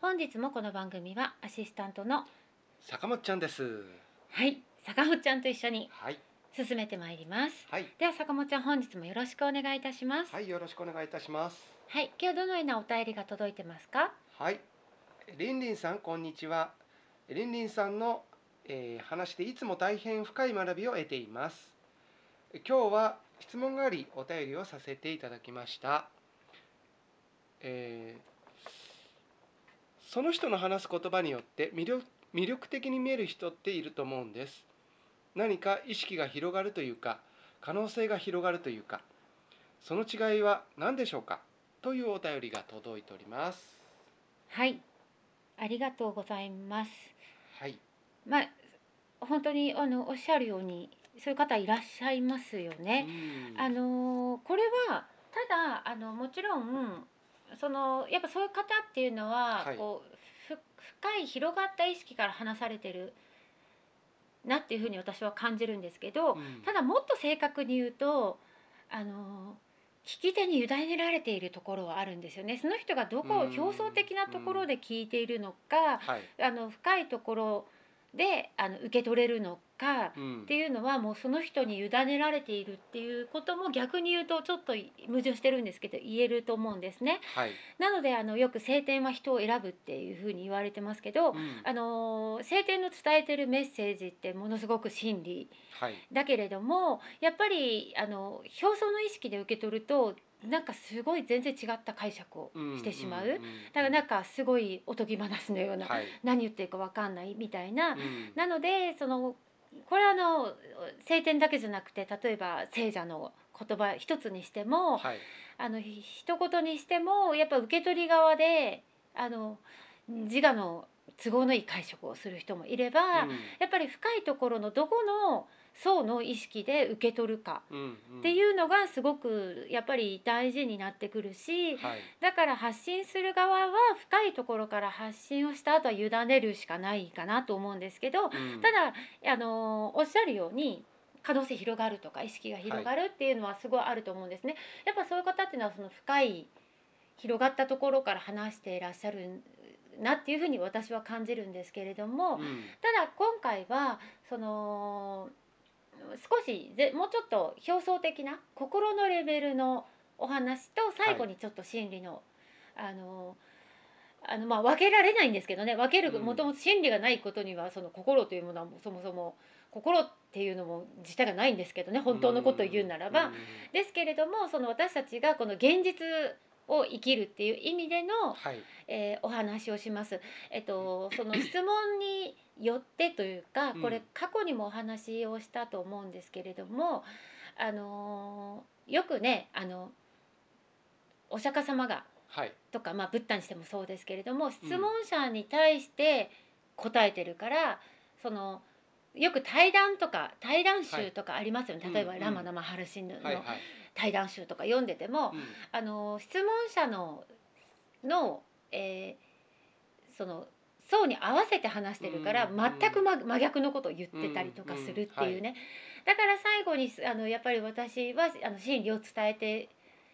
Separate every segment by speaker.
Speaker 1: 本日もこの番組はアシスタントの
Speaker 2: 坂本ちゃんです。
Speaker 1: はい、坂本ちゃんと一緒に
Speaker 2: はい、
Speaker 1: 進めてまいります。
Speaker 2: はい、
Speaker 1: では坂本ちゃん、本日もよろしくお願いいたします。
Speaker 2: は
Speaker 1: はい、
Speaker 2: い、よろしくお願いいたします。
Speaker 1: 今日どのようなお便りが届いてますか。
Speaker 2: はい、りんりんさん、こんにちは。りんりんさんの、えー話でいつも大変深い学びを得ています。今日は質問があり、お便りをさせていただきました。えーその人の話す言葉によって魅力魅力的に見える人っていると思うんです。何か意識が広がるというか、可能性が広がるというか、その違いは何でしょうかというお便りが届いております。
Speaker 1: はい、ありがとうございます。
Speaker 2: はい、
Speaker 1: まあ、本当にあのおっしゃるようにそういう方いらっしゃいますよね。
Speaker 2: うん
Speaker 1: あのこれはただあのもちろんそのやっぱそういう方っていうのは、
Speaker 2: はい
Speaker 1: こうふ深い広がった意識から話されてるなっていうふうに私は感じるんですけど、
Speaker 2: うん
Speaker 1: ただもっと正確に言うとあの聞き手に委ねられているところはあるんですよね。その人がどこを
Speaker 2: うん
Speaker 1: 表層的なところで聞いているのか、
Speaker 2: はい、
Speaker 1: あの深いところであの受け取れるのかっ
Speaker 2: うん
Speaker 1: ていうのはもうその人に委ねられているっていうことも逆に言うとちょっと矛盾してるんですけど言えると思うんですね。
Speaker 2: はい、
Speaker 1: なのであのよく晴天は人を選ぶっていうふうに言われてますけど、
Speaker 2: うん
Speaker 1: あの晴天の伝えてるメッセージってものすごく真理
Speaker 2: はい、
Speaker 1: だけれどもやっぱりあの表層の意識で受け取るとなんかすごい全然違った解釈を
Speaker 2: うん
Speaker 1: してしまう。
Speaker 2: んん
Speaker 1: だからなんかすごいおとぎ話のような
Speaker 2: はい、
Speaker 1: 何言ってるか分かんないみたいな、
Speaker 2: うん
Speaker 1: なのでそのこれはあの晴天だけじゃなくて例えば聖者の言葉一つにしても、
Speaker 2: はい、
Speaker 1: あのひ一言にしてもやっぱ受け取り側であの自我の都合のいい解釈をする人もいれば、やっぱり深いところのどこの層の意識で受け取るか
Speaker 2: うん
Speaker 1: っていうのがすごくやっぱり大事になってくるし、
Speaker 2: うん、はい、
Speaker 1: だから発信する側は深いところから発信をした後は委ねるしかないかなと思うんですけど、
Speaker 2: うん
Speaker 1: ただあのおっしゃるように可能性広がるとか意識が広がるっていうのはすごいあると思うんですね。やっぱそういう方っていうのはその深い広がったところから話していらっしゃるなっていうふうに私は感じるんですけれども、
Speaker 2: うん
Speaker 1: ただ今回はその少しぜもうちょっと表層的な心のレベルのお話と最後にちょっと心理の、あのあのまあ分けられないんですけどね分ける
Speaker 2: うん
Speaker 1: もともと心理がないことにはその心というものはもうそもそも心っていうのも自体がないんですけどね本当のことを言うならば。
Speaker 2: ん
Speaker 1: ですけれどもその私たちがこの現実を生きるっていう意味での
Speaker 2: はい、
Speaker 1: えーお話をします。えっと、その質問によってというか、
Speaker 2: うん
Speaker 1: これ過去にもお話をしたと思うんですけれども。あのーよくね、あの。お釈迦様が、
Speaker 2: はい、
Speaker 1: とか、まあ、ブッダにしてもそうですけれども、質問者に対して答えてるから。その。よく対談とか対談集とかありますよね、
Speaker 2: はい
Speaker 1: 例えば、
Speaker 2: うんうん
Speaker 1: ラマナマハルシンヌの
Speaker 2: はい、はい、
Speaker 1: 対談集とか読んでても、
Speaker 2: うん
Speaker 1: あの質問者のの,、えーその層に合わせて話してるから
Speaker 2: うんうん
Speaker 1: 全くま真逆のことを言ってたりとかするっていうねだから最後にあのやっぱり私はあの心理を伝えて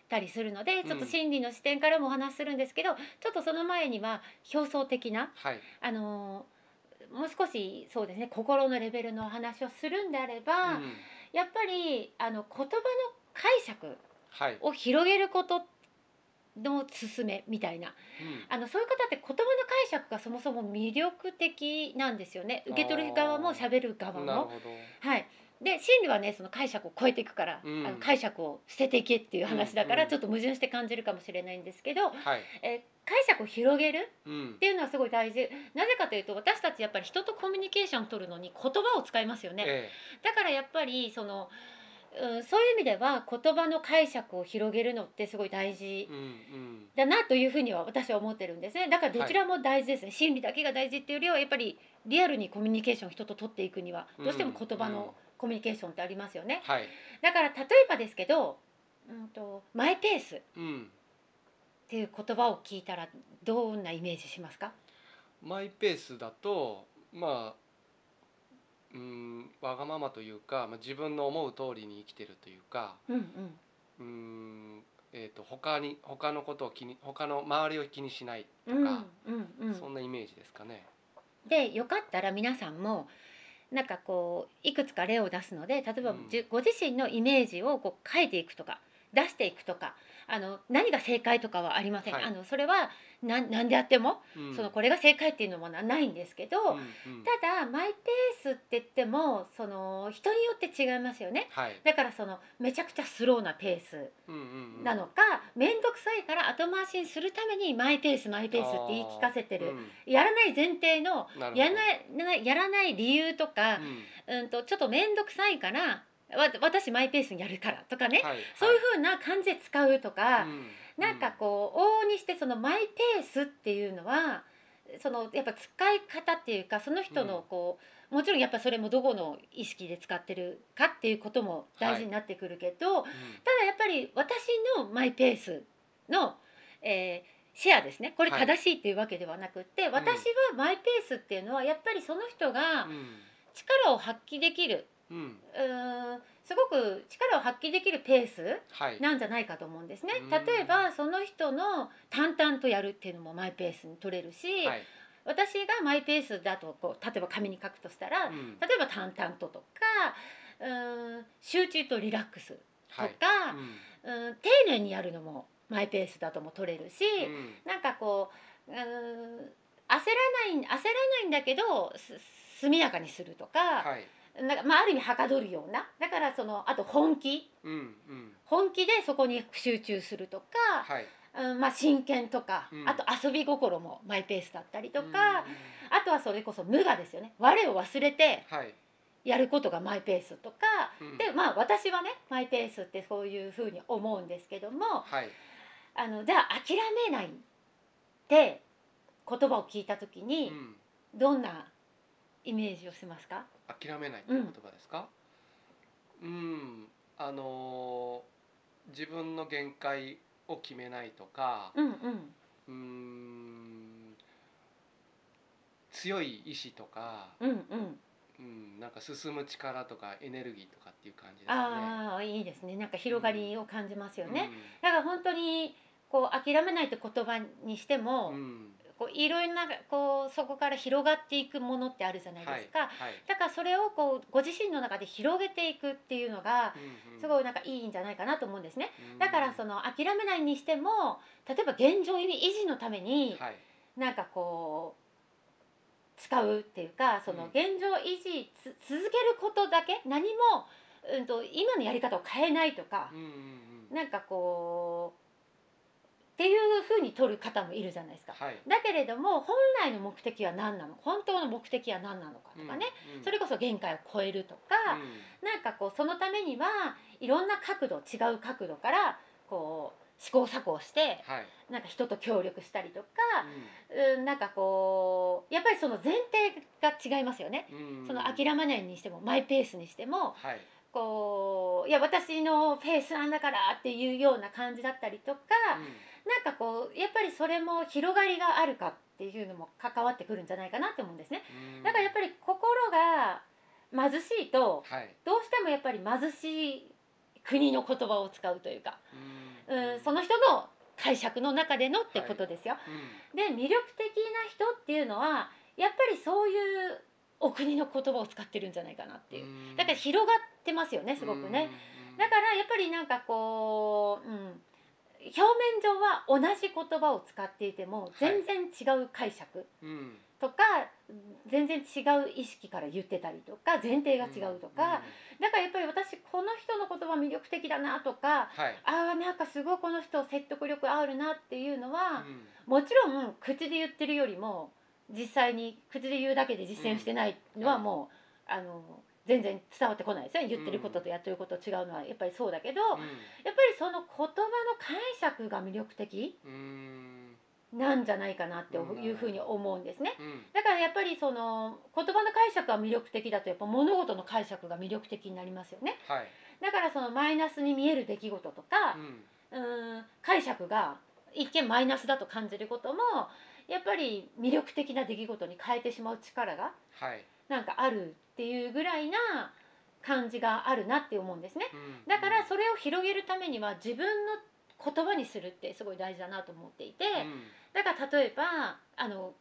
Speaker 1: たりするのでちょっと心理の視点からもお話しするんですけどちょっとその前には表層的な
Speaker 2: はい
Speaker 1: あのもう少しそうですね心のレベルのお話をするんであれば、
Speaker 2: うん
Speaker 1: やっぱりあの言葉の解釈
Speaker 2: はい、
Speaker 1: を広げることの勧めみたいな
Speaker 2: うん
Speaker 1: あのそういう方って言葉の解釈がそもそも魅力的なんですよね受け取る側も喋る側
Speaker 2: なる
Speaker 1: も。
Speaker 2: ほど
Speaker 1: はいで心理はねその解釈を超えていくから、
Speaker 2: うん
Speaker 1: あの解釈を捨てていけっていう話だか
Speaker 2: う
Speaker 1: ら
Speaker 2: ん
Speaker 1: ちょっと矛盾して感じるかもしれないんですけど、
Speaker 2: はい、
Speaker 1: えー解釈を広げる
Speaker 2: うん
Speaker 1: っ、ていうのはすごい大事なぜかというと私たちやっぱり人とコミュニケーション取るのに言葉を使いますよね
Speaker 2: え
Speaker 1: だからやっぱりその、うん、そういう意味では言葉の解釈を広げるのってすごい大
Speaker 2: え
Speaker 1: 事
Speaker 2: うん
Speaker 1: だなというふうには私は思ってるんですねだからどちらも大事ですね、心理だけが大事っていうよりはやっぱりリアルにコミュニケーションを人と取っていくには
Speaker 2: うん
Speaker 1: どうしても言葉
Speaker 2: うん
Speaker 1: のコミュニケーションってありますよ
Speaker 2: う
Speaker 1: ね
Speaker 2: ん、はい、
Speaker 1: だから例えばですけど、うん、とマイペースっ
Speaker 2: うん、
Speaker 1: ていう言葉を聞いたらどんなイメージしますか
Speaker 2: マイペースだとまあうんわがままというか、まあ、自分の思う通りに生きてるというか
Speaker 1: うんうん
Speaker 2: うん、えー、と他に他のことを気に他の周りを気にしない、
Speaker 1: うん
Speaker 2: か
Speaker 1: うんうん
Speaker 2: そんなイメージですかね。
Speaker 1: でよかったら皆さんもなんかこういくつか例を出すので例えばじゅ、
Speaker 2: うん
Speaker 1: ご自身のイメージをこう変えていくとか出していくとかあの何が正解とかはありません、
Speaker 2: はい
Speaker 1: あのそれは何何であっても、
Speaker 2: うん、
Speaker 1: そのこれが正解っていうのもなないんですけど、
Speaker 2: うんうん
Speaker 1: ただマイペースって言ってもその人によって違いますよね。
Speaker 2: はい、
Speaker 1: だからそのめちゃくちゃスローなペース
Speaker 2: うんうんうん
Speaker 1: なのか面倒、くさいから後回しにするためにマイペースマイペースって言い聞かせてる、やらない前提の
Speaker 2: あーうんなるほど
Speaker 1: やらないやらない理由とか
Speaker 2: う、ん
Speaker 1: うん、とちょっと面倒くさいからわ私マイペースにやるからとかね、
Speaker 2: はいはい
Speaker 1: そういう風な感じで使うとか、
Speaker 2: うん
Speaker 1: なんかこう往々にしてそのマイペースっていうのはそのやっぱ使い方っていうかその人
Speaker 2: うん
Speaker 1: のこう、もちろんやっぱそれもどこの意識で使ってるかっていうことも大事になってくるけど、
Speaker 2: うんうん
Speaker 1: ただやっぱり私のマイペースの、えーシェアですねこれ
Speaker 2: はい
Speaker 1: 正しいっていうわけではなくって、私はマイペースっていうのはやっぱりその人が力を発揮できる
Speaker 2: うんうん
Speaker 1: うーんすごく力を発揮できるペース
Speaker 2: はい
Speaker 1: なんじゃないかと思うんですね
Speaker 2: うん。
Speaker 1: 例えばその人の淡々とやるっていうのもマイペースに取れるし、
Speaker 2: はい
Speaker 1: 私がマイペースだとこう例えば紙に書くとしたら、
Speaker 2: う
Speaker 1: 例
Speaker 2: ん
Speaker 1: えば淡々ととかうーん集中とリラックスとか。
Speaker 2: はいうん
Speaker 1: うん、丁寧にやるのもマイペースだとも取れるし、
Speaker 2: うん
Speaker 1: なんかこう、うん、焦らない焦らないんだけどす速やかにするとか,、
Speaker 2: はい
Speaker 1: なんかまあ、ある意味はかどるようなだからそのあと本気
Speaker 2: うんうん
Speaker 1: 本気でそこに集中するとか、
Speaker 2: はい
Speaker 1: うんまあ、真剣とか、
Speaker 2: うん
Speaker 1: あと遊び心もマイペースだったりとか、
Speaker 2: うん
Speaker 1: あとはそれこそ無我ですよね我を忘れて
Speaker 2: はい
Speaker 1: やることがマイペースとか
Speaker 2: うん
Speaker 1: でまあ私はねマイペースってそういうふうに思うんですけども、
Speaker 2: はい
Speaker 1: あのじゃあ諦めないって言葉を聞いた時に
Speaker 2: うん
Speaker 1: どんなイメージをしますか、
Speaker 2: 諦めないっていう言葉ですかうんあのー自分の限界を決めないとか
Speaker 1: うんうん、
Speaker 2: うん強い意志とか
Speaker 1: うんうん
Speaker 2: うんなんか進む力とかエネルギーとかっていう感じですかね
Speaker 1: ああいいですねなんか広がりを感じますよね、
Speaker 2: うん
Speaker 1: だから本当にこう諦めないって言葉にしても、
Speaker 2: うん
Speaker 1: こういろいろなこうそこから広がっていくものってあるじゃないですか、
Speaker 2: はいはい
Speaker 1: だからそれをこうご自身の中で広げていくっていうのが
Speaker 2: うんうん
Speaker 1: すごいなんかいいんじゃないかなと思うんですね。
Speaker 2: うん
Speaker 1: だからその諦めないにしても例えば現状維持のために
Speaker 2: はい
Speaker 1: なんかこう使うっていうかその
Speaker 2: うん
Speaker 1: 現状維持つ続けることだけ何も、うん、と今のやり方を変えないとか
Speaker 2: う、んうんうん
Speaker 1: なんかこうっていうふうに取る方もいるじゃないですか。
Speaker 2: はい
Speaker 1: だけれども本来の目的は何なの本当の目的は何なのかとかね、
Speaker 2: うんうん
Speaker 1: それこそ限界を超えるとか、
Speaker 2: うん
Speaker 1: なんかこうそのためにはいろんな角度違う角度からこう試行錯誤して
Speaker 2: はい
Speaker 1: なんか人と協力したりとか、
Speaker 2: う
Speaker 1: うん、なんかこうやっぱりその前提が違いますよね。
Speaker 2: んうん
Speaker 1: その諦めないにしてもマイペースにしても
Speaker 2: はい
Speaker 1: こういや私のペースなんだからっていうような感じだったりとか、
Speaker 2: うん
Speaker 1: なんかこうやっぱりそれも広がりがあるかっていうのも関わってくるんじゃないかなって思うんですね。
Speaker 2: うん
Speaker 1: だからやっぱり心が貧しいと
Speaker 2: はい
Speaker 1: どうしてもやっぱり貧しい国の言葉を使うというか、うん、そ
Speaker 2: の
Speaker 1: の人の解釈の中でのってことですよ。で魅力的な人っていうのはやっぱりそういうお国の言葉を使ってるんじゃないかなっていう。だから広がってますよねすごくね。だからやっぱりなんかこう、うん、表面上は同じ言葉を使っていても全然違う解釈
Speaker 2: ら、うん
Speaker 1: とか、全然違う意識から言ってたりとか前提が違うとか、、だからやっぱり私この人の言葉魅力的だなとか
Speaker 2: うんはい
Speaker 1: あーなんかすごいこの人説得力あるなっていうのは、
Speaker 2: うん
Speaker 1: もちろん口で言ってるよりも実際に口で言うだけで実践してないのはもう、あの全然伝わってこないですよね言ってることとやってること違うのはやっぱりそうだけど、やっぱりその言葉の解釈が魅力的
Speaker 2: うん
Speaker 1: なんじゃないかなって
Speaker 2: うん
Speaker 1: いうふうに思うんですね。
Speaker 2: うん
Speaker 1: だからやっぱりその言葉の解釈が魅力的だとやっぱ物事の解釈が魅力的になりますよね。
Speaker 2: はい
Speaker 1: だからそのマイナスに見える出来事とか、
Speaker 2: うん
Speaker 1: うーん解釈が一見マイナスだと感じることもやっぱり魅力的な出来事に変えてしまう力が
Speaker 2: はい
Speaker 1: なんかあるっていうぐらいな感じがあるなって思うんですね。
Speaker 2: うん
Speaker 1: だからそれを広げるためには自分の言葉にするってすごい大事だなと思っていて、
Speaker 2: うん
Speaker 1: だから例えばあの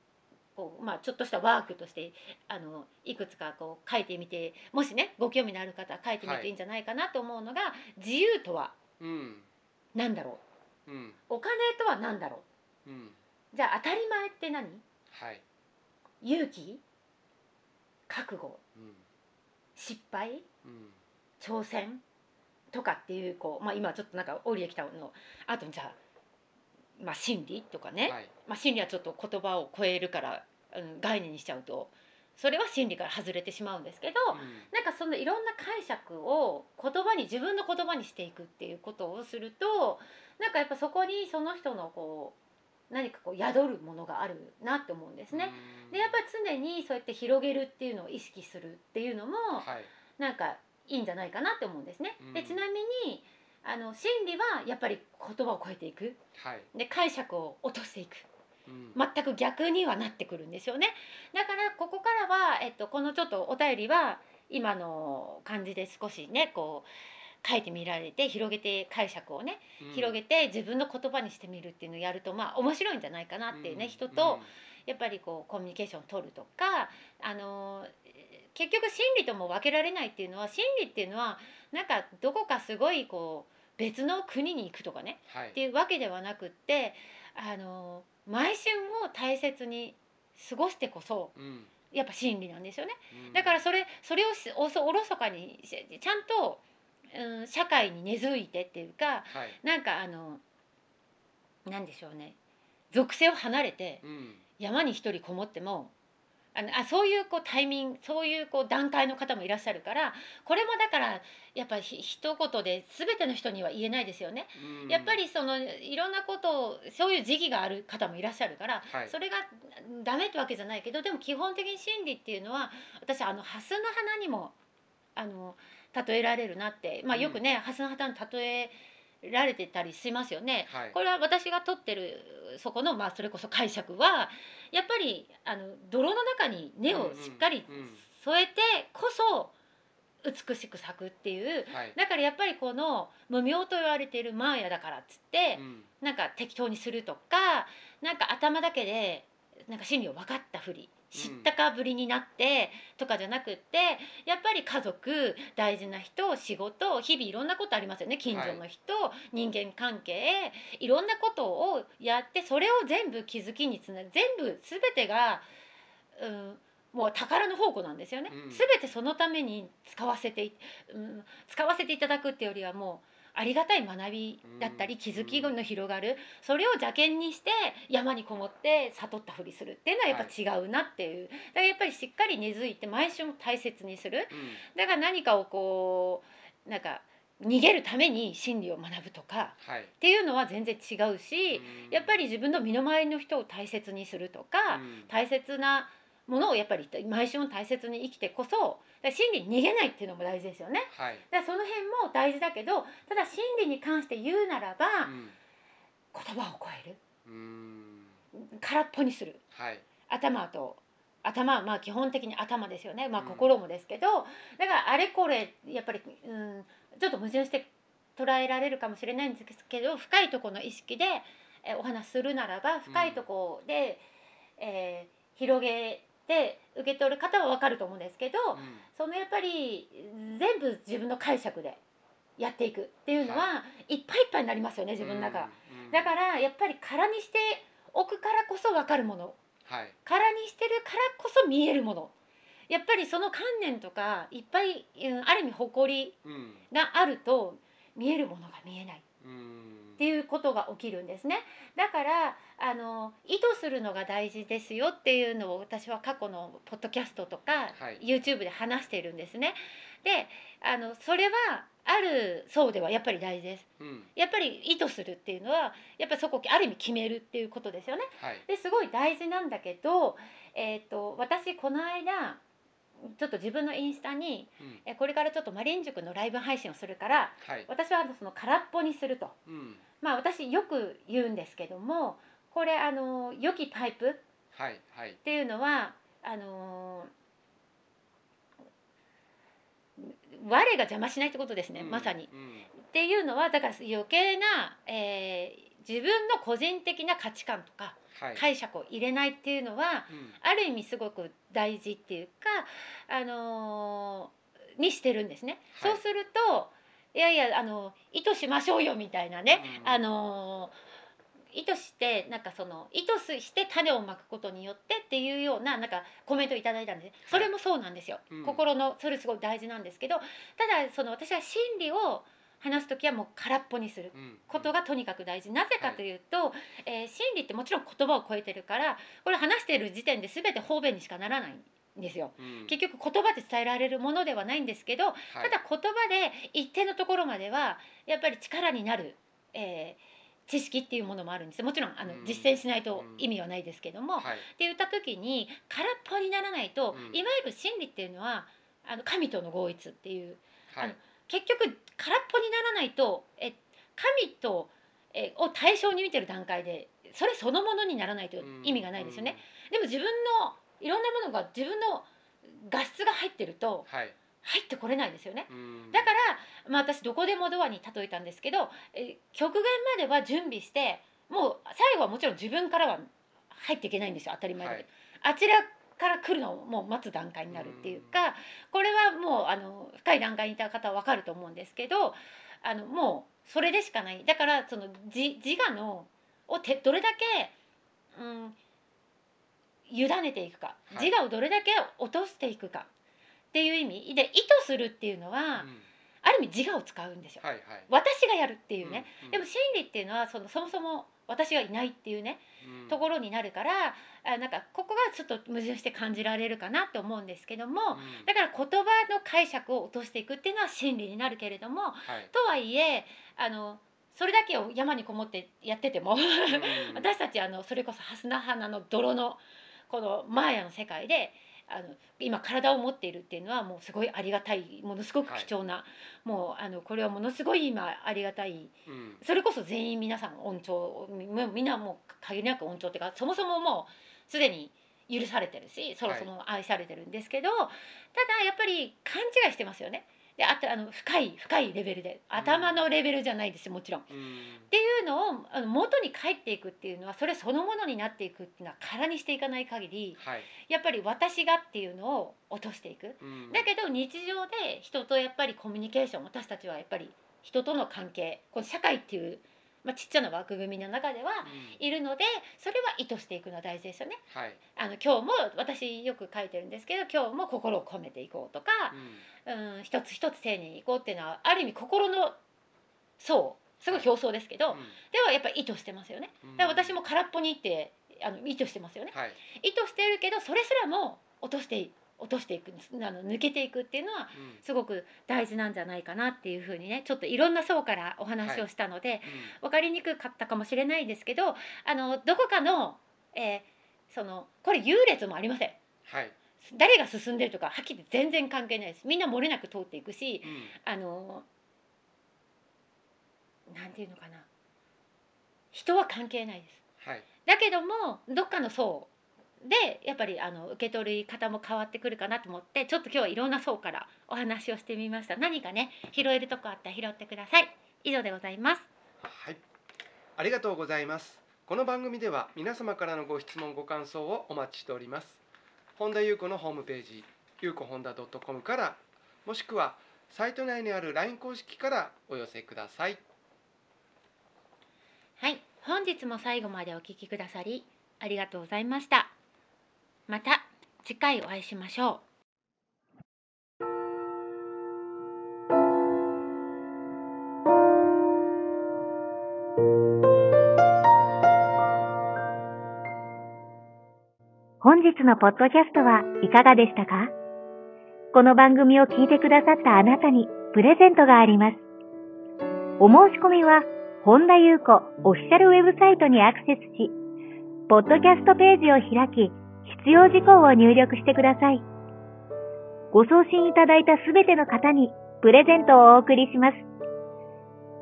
Speaker 1: こうまあ、ちょっとしたワークとしてあのいくつかこう書いてみてもしねご興味のある方は書いてみていいんじゃないかなと思うのが、自由とは
Speaker 2: うん
Speaker 1: 何だろう
Speaker 2: うん
Speaker 1: お金とは何だろ
Speaker 2: うん
Speaker 1: うじゃあ当たり前って何
Speaker 2: はい
Speaker 1: 勇気覚悟
Speaker 2: うん
Speaker 1: 失敗
Speaker 2: うん
Speaker 1: 挑戦とかっていうこう、まあ、今ちょっとなんか降りてきたのあとじゃあ、まあ、心理とかね、
Speaker 2: はい
Speaker 1: まあ、心理はちょっと言葉を超えるから、うん、概念にしちゃうとそれは心理から外れてしまうんですけど、
Speaker 2: うん
Speaker 1: なんかそのいろんな解釈を言葉に自分の言葉にしていくっていうことをするとなんかやっぱそこにその人のこう何かこう宿るものがあるなって思うんですね。
Speaker 2: うん
Speaker 1: でやっぱり常にそうやって広げるっていうのを意識するっていうのも
Speaker 2: はい
Speaker 1: なんかいいんじゃないかなって思うんですね
Speaker 2: うん。
Speaker 1: でちなみにあの心理はやっぱり言葉を超えていく
Speaker 2: はい
Speaker 1: で解釈を落としていく
Speaker 2: うん
Speaker 1: 全く逆にはなってくるんですよね。だからここからは、えっと、このちょっとお便りは今の感じで少しねこう書いてみられて広げて解釈をね
Speaker 2: うん
Speaker 1: 広げて自分の言葉にしてみるっていうのをやるとまあ面白いんじゃないかなっていうね、
Speaker 2: うん
Speaker 1: 人とやっぱりこうコミュニケーションを取るとかあのえー結局心理とも分けられないっていうのは心理っていうのはなんかどこかすごいこう別の国に行くとかね
Speaker 2: はい
Speaker 1: っていうわけではなくってあの毎春を大切に過ごしてこそ
Speaker 2: うん
Speaker 1: やっぱ真理なんですよね
Speaker 2: うん
Speaker 1: だからそれそれをしおそおろそかにしちゃんと、うん、社会に根付いてっていうか
Speaker 2: はい
Speaker 1: なんかあのなんでしょうね属性を離れて
Speaker 2: うん
Speaker 1: 山に一人こもってもあのあそういうこうタイミングそういうこう段階の方もいらっしゃるからこれもだからやっぱひ一言で全ての人には言えないですよね。
Speaker 2: うん
Speaker 1: やっぱりそのいろんなことをそういう時期がある方もいらっしゃるから、
Speaker 2: はい
Speaker 1: それがダメってわけじゃないけどでも基本的に心理っていうのは私あのハスの花にもあの例えられるなって、まあ、
Speaker 2: うん
Speaker 1: よくね、ハスの花に例えられてたりしますよね。
Speaker 2: はい
Speaker 1: これは私が取ってるそこの、まあ、それこそ解釈はやっぱりあの泥の中に根をしっかり
Speaker 2: うんうんうん
Speaker 1: 添えてこそ美しく咲くっていう
Speaker 2: はい
Speaker 1: だからやっぱりこの無名と言われているマーヤだからっつって
Speaker 2: う、ん
Speaker 1: なんか適当にするとかなんか頭だけでなんか心理を分かったふり知ったかぶりになってとかじゃなくってやっぱり家族大事な人仕事日々いろんなことありますよね近所の人、人間関係いろんなことをやってそれを全部気づきにつな全部全てが、うん、もう宝の宝庫なんですよね、
Speaker 2: うん
Speaker 1: 全てそのために使わせてい、うん、使わせていただくっていうよりはもうありがたい学びだった
Speaker 2: う
Speaker 1: り
Speaker 2: ん
Speaker 1: 気づきの広がる、それを邪険にして山にこもって悟ったふりするっていうのはやっぱ違うなっていう、だからやっぱりしっかり根付いて毎週も大切にする
Speaker 2: うん
Speaker 1: だから何かをこうなんか逃げるために真理を学ぶとか
Speaker 2: はい
Speaker 1: っていうのは全然違うし、やっぱり自分の身の回りの人を大切にするとか、
Speaker 2: うん
Speaker 1: 大切なものをやっぱり毎週も大切に生きてこそだから真理に逃げないっていうのも大事ですよね。
Speaker 2: はい
Speaker 1: だからその辺も大事だけどただ真理に関して言うならば、
Speaker 2: うん
Speaker 1: 言葉を超える
Speaker 2: うん
Speaker 1: 空っぽにする
Speaker 2: はい
Speaker 1: 頭と頭はまあ基本的に頭ですよね、まあ、
Speaker 2: うん
Speaker 1: 心もですけど、だからあれこれやっぱり、うん、ちょっと矛盾して捉えられるかもしれないんですけど深いところの意識でえお話しするならば深いところで、えー広げて受け取る方は分かると思うんですけど、
Speaker 2: うん
Speaker 1: そのやっぱり全部自分の解釈でやっていくっていうのは、い、っぱいいっぱいになりますよね自分の中、
Speaker 2: うんうん
Speaker 1: だからやっぱり空にしておくからこそ分かるもの
Speaker 2: はい
Speaker 1: 空にしてるからこそ見えるものやっぱりその観念とかいっぱい、うんある意味誇り
Speaker 2: うん
Speaker 1: があると見えるものが見えない
Speaker 2: うん
Speaker 1: っていうことが起きるんですねだからあの意図するのが大事ですよっていうのを私は過去のポッドキャストとか、
Speaker 2: はい
Speaker 1: YouTube で話しているんですねであのそれはある層ではやっぱり大事です
Speaker 2: うん
Speaker 1: やっぱり意図するっていうのはやっぱりそこをある意味決めるっていうことですよね
Speaker 2: はい
Speaker 1: ですごい大事なんだけど、えー、と私この間ちょっと自分のインスタに
Speaker 2: うん
Speaker 1: えこれからちょっとマリン塾のライブ配信をするから
Speaker 2: はい
Speaker 1: 私はあのその空っぽにすると
Speaker 2: うん
Speaker 1: まあ私よく言うんですけどもこれあの良きタイプっ
Speaker 2: はいはい
Speaker 1: ていうのはあの我が邪魔しないってことですね、
Speaker 2: うん
Speaker 1: まさに。
Speaker 2: うん
Speaker 1: っていうのはだから余計な、えー自分の個人的な価値観とか
Speaker 2: はい
Speaker 1: 解釈を入れないっていうのは
Speaker 2: うん
Speaker 1: ある意味すごく大事っていうか、あのーにしてるんですね。
Speaker 2: はい
Speaker 1: そうするといやいやあの意図しましょうよみたいなね、
Speaker 2: うん
Speaker 1: あのー意図してなんかその意図して種をまくことによってっていうようななんかコメントをいただいたんです、それもそうなんですよ、
Speaker 2: うん
Speaker 1: 心のそれすごい大事なんですけどただその私は心理を話す時はもう空っぽにする
Speaker 2: うん
Speaker 1: ことがとにかく大事なぜかというと、えー心理ってもちろん言葉を超えてるからこれ話してる時点で全て方便にしかならないんですよ。
Speaker 2: うん
Speaker 1: 結局言葉で伝えられるものではないんですけど、
Speaker 2: はい
Speaker 1: ただ言葉で一定のところまではやっぱり力になる、えー知識っていうものもあるんですもちろんあの
Speaker 2: うん
Speaker 1: 実践しないと意味はないですけども、っ
Speaker 2: はい
Speaker 1: て言った時に空っぽにならないと、
Speaker 2: うん
Speaker 1: いわゆる真理っていうのはあの神との合一っていう
Speaker 2: は
Speaker 1: あの
Speaker 2: い
Speaker 1: 結局空っぽにならないとえ神とえを対象に見てる段階でそれそのものにならないと意味がないですよね、でも自分のいろんなものが自分の画質が入ってる
Speaker 2: う
Speaker 1: と
Speaker 2: んはい
Speaker 1: 入ってこれないですよね
Speaker 2: うん
Speaker 1: だから、まあ、私どこでもドアに例えたんですけどえー極限までは準備してもう最後はもちろん自分からは入っていけないんですよ当たり前だけど、あちらから来るのをもう待つ段階になるっていうかこれはもうあの深い段階にいた方は分かると思うんですけどあのもうそれでしかないだからその自自我のをてどれだけ、うん、委ねていくか
Speaker 2: はい
Speaker 1: 自我をどれだけ落としていくかっていう意味で意図するっていうのは、
Speaker 2: うん
Speaker 1: ある意味自我を使うんですよ、
Speaker 2: はいはい
Speaker 1: 私がやるっていうね、
Speaker 2: うんうん
Speaker 1: でも心理っていうのはそのそもそも私がいないっていうね、
Speaker 2: うん
Speaker 1: ところになるからあなんかここがちょっと矛盾して感じられるかなって思うんですけども、
Speaker 2: うん
Speaker 1: だから言葉の解釈を落としていくっていうのは心理になるけれども
Speaker 2: はい
Speaker 1: とはいえあのそれだけを山にこもってやってても、
Speaker 2: うん
Speaker 1: 私たちあのそれこそハスナ花の泥のこのマーヤの世界であの今体を持っているっていうのはもうすごいありがたいものすごく貴重な、もうあのこれはものすごい今ありがたい
Speaker 2: うん
Speaker 1: それこそ全員皆さん音調みみんなもう限りなく音調っていうかそもそももうすでに許されてるしそもそも愛されてるんですけど、ただやっぱり勘違いしてますよね。であとあの深い深いレベルで頭のレベルじゃないですもちろん。
Speaker 2: うん
Speaker 1: っていうのをあの元に帰っていくっていうのはそれそのものになっていくっていうのは空にしていかない限り
Speaker 2: はい
Speaker 1: やっぱり私がっていうのを落としていく。
Speaker 2: うん
Speaker 1: だけど日常で人とやっぱりコミュニケーション私たちはやっぱり人との関係この社会っていう、まあ、ちっちゃな枠組みの中では
Speaker 2: うん
Speaker 1: いるのでそれは意図していくのは大事ですよね。
Speaker 2: はい
Speaker 1: あの今日も私よく書いてるんですけど今日も心を込めていこうとか、
Speaker 2: うん
Speaker 1: うん、一つ一つ丁寧にいこうっていうのはある意味心の層すごい表層ですけど、ではやっぱり意図してますよね。
Speaker 2: うん
Speaker 1: だから私も空っぽにってあの意図してますよね。
Speaker 2: はい
Speaker 1: 意図してるけどそれすらも落としてい落としていくあの抜けていくっていうのは
Speaker 2: うん
Speaker 1: すごく大事なんじゃないかなっていうふうにねちょっといろんな層からお話をしたので、
Speaker 2: う
Speaker 1: 分かりにくかったかもしれないですけどあのどこかの,、えーそのこれ優劣もありません
Speaker 2: んはい
Speaker 1: 誰が進んでるとかはっきり全然関係ないですみんな漏れなく通っていくし
Speaker 2: うん
Speaker 1: あのなんていうのかな人は関係ないです
Speaker 2: はい
Speaker 1: だけどもどっかの層でやっぱりあの受け取り方も変わってくるかなと思ってちょっと今日はいろんな層からお話をしてみました何かね拾えるとこあったら拾ってください以上でございます
Speaker 2: はい、ありがとうございます。この番組では皆様からのご質問ご感想をお待ちしております。本田裕子のホームページ、ゆうこ本田ドットコムから、もしくはサイト内にある LINE 公式からお寄せください。
Speaker 1: はい本日も最後までお聞きくださりありがとうございましたまた次回お会いしましょう
Speaker 3: 本日のポッドキャストはいかがでしたかこの番組を聞いてくださったあなたにプレゼントがあります。お申し込みは、本田裕子オフィシャルウェブサイトにアクセスし、ポッドキャストページを開き、必要事項を入力してください。ご送信いただいたすべての方にプレゼントをお送りします。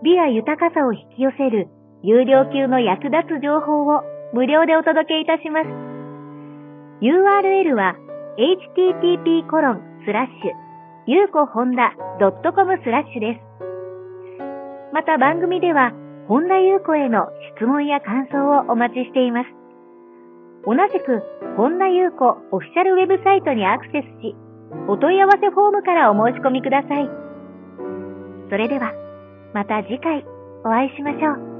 Speaker 3: 美や豊かさを引き寄せる有料級の役立つ情報を無料でお届けいたします。URL は http コロンスラッシュゆうこほんだ .com スラッシュです。また番組では、本田ゆう子への質問や感想をお待ちしています。同じく、本田ゆう子オフィシャルウェブサイトにアクセスし、お問い合わせフォームからお申し込みください。それでは、また次回お会いしましょう。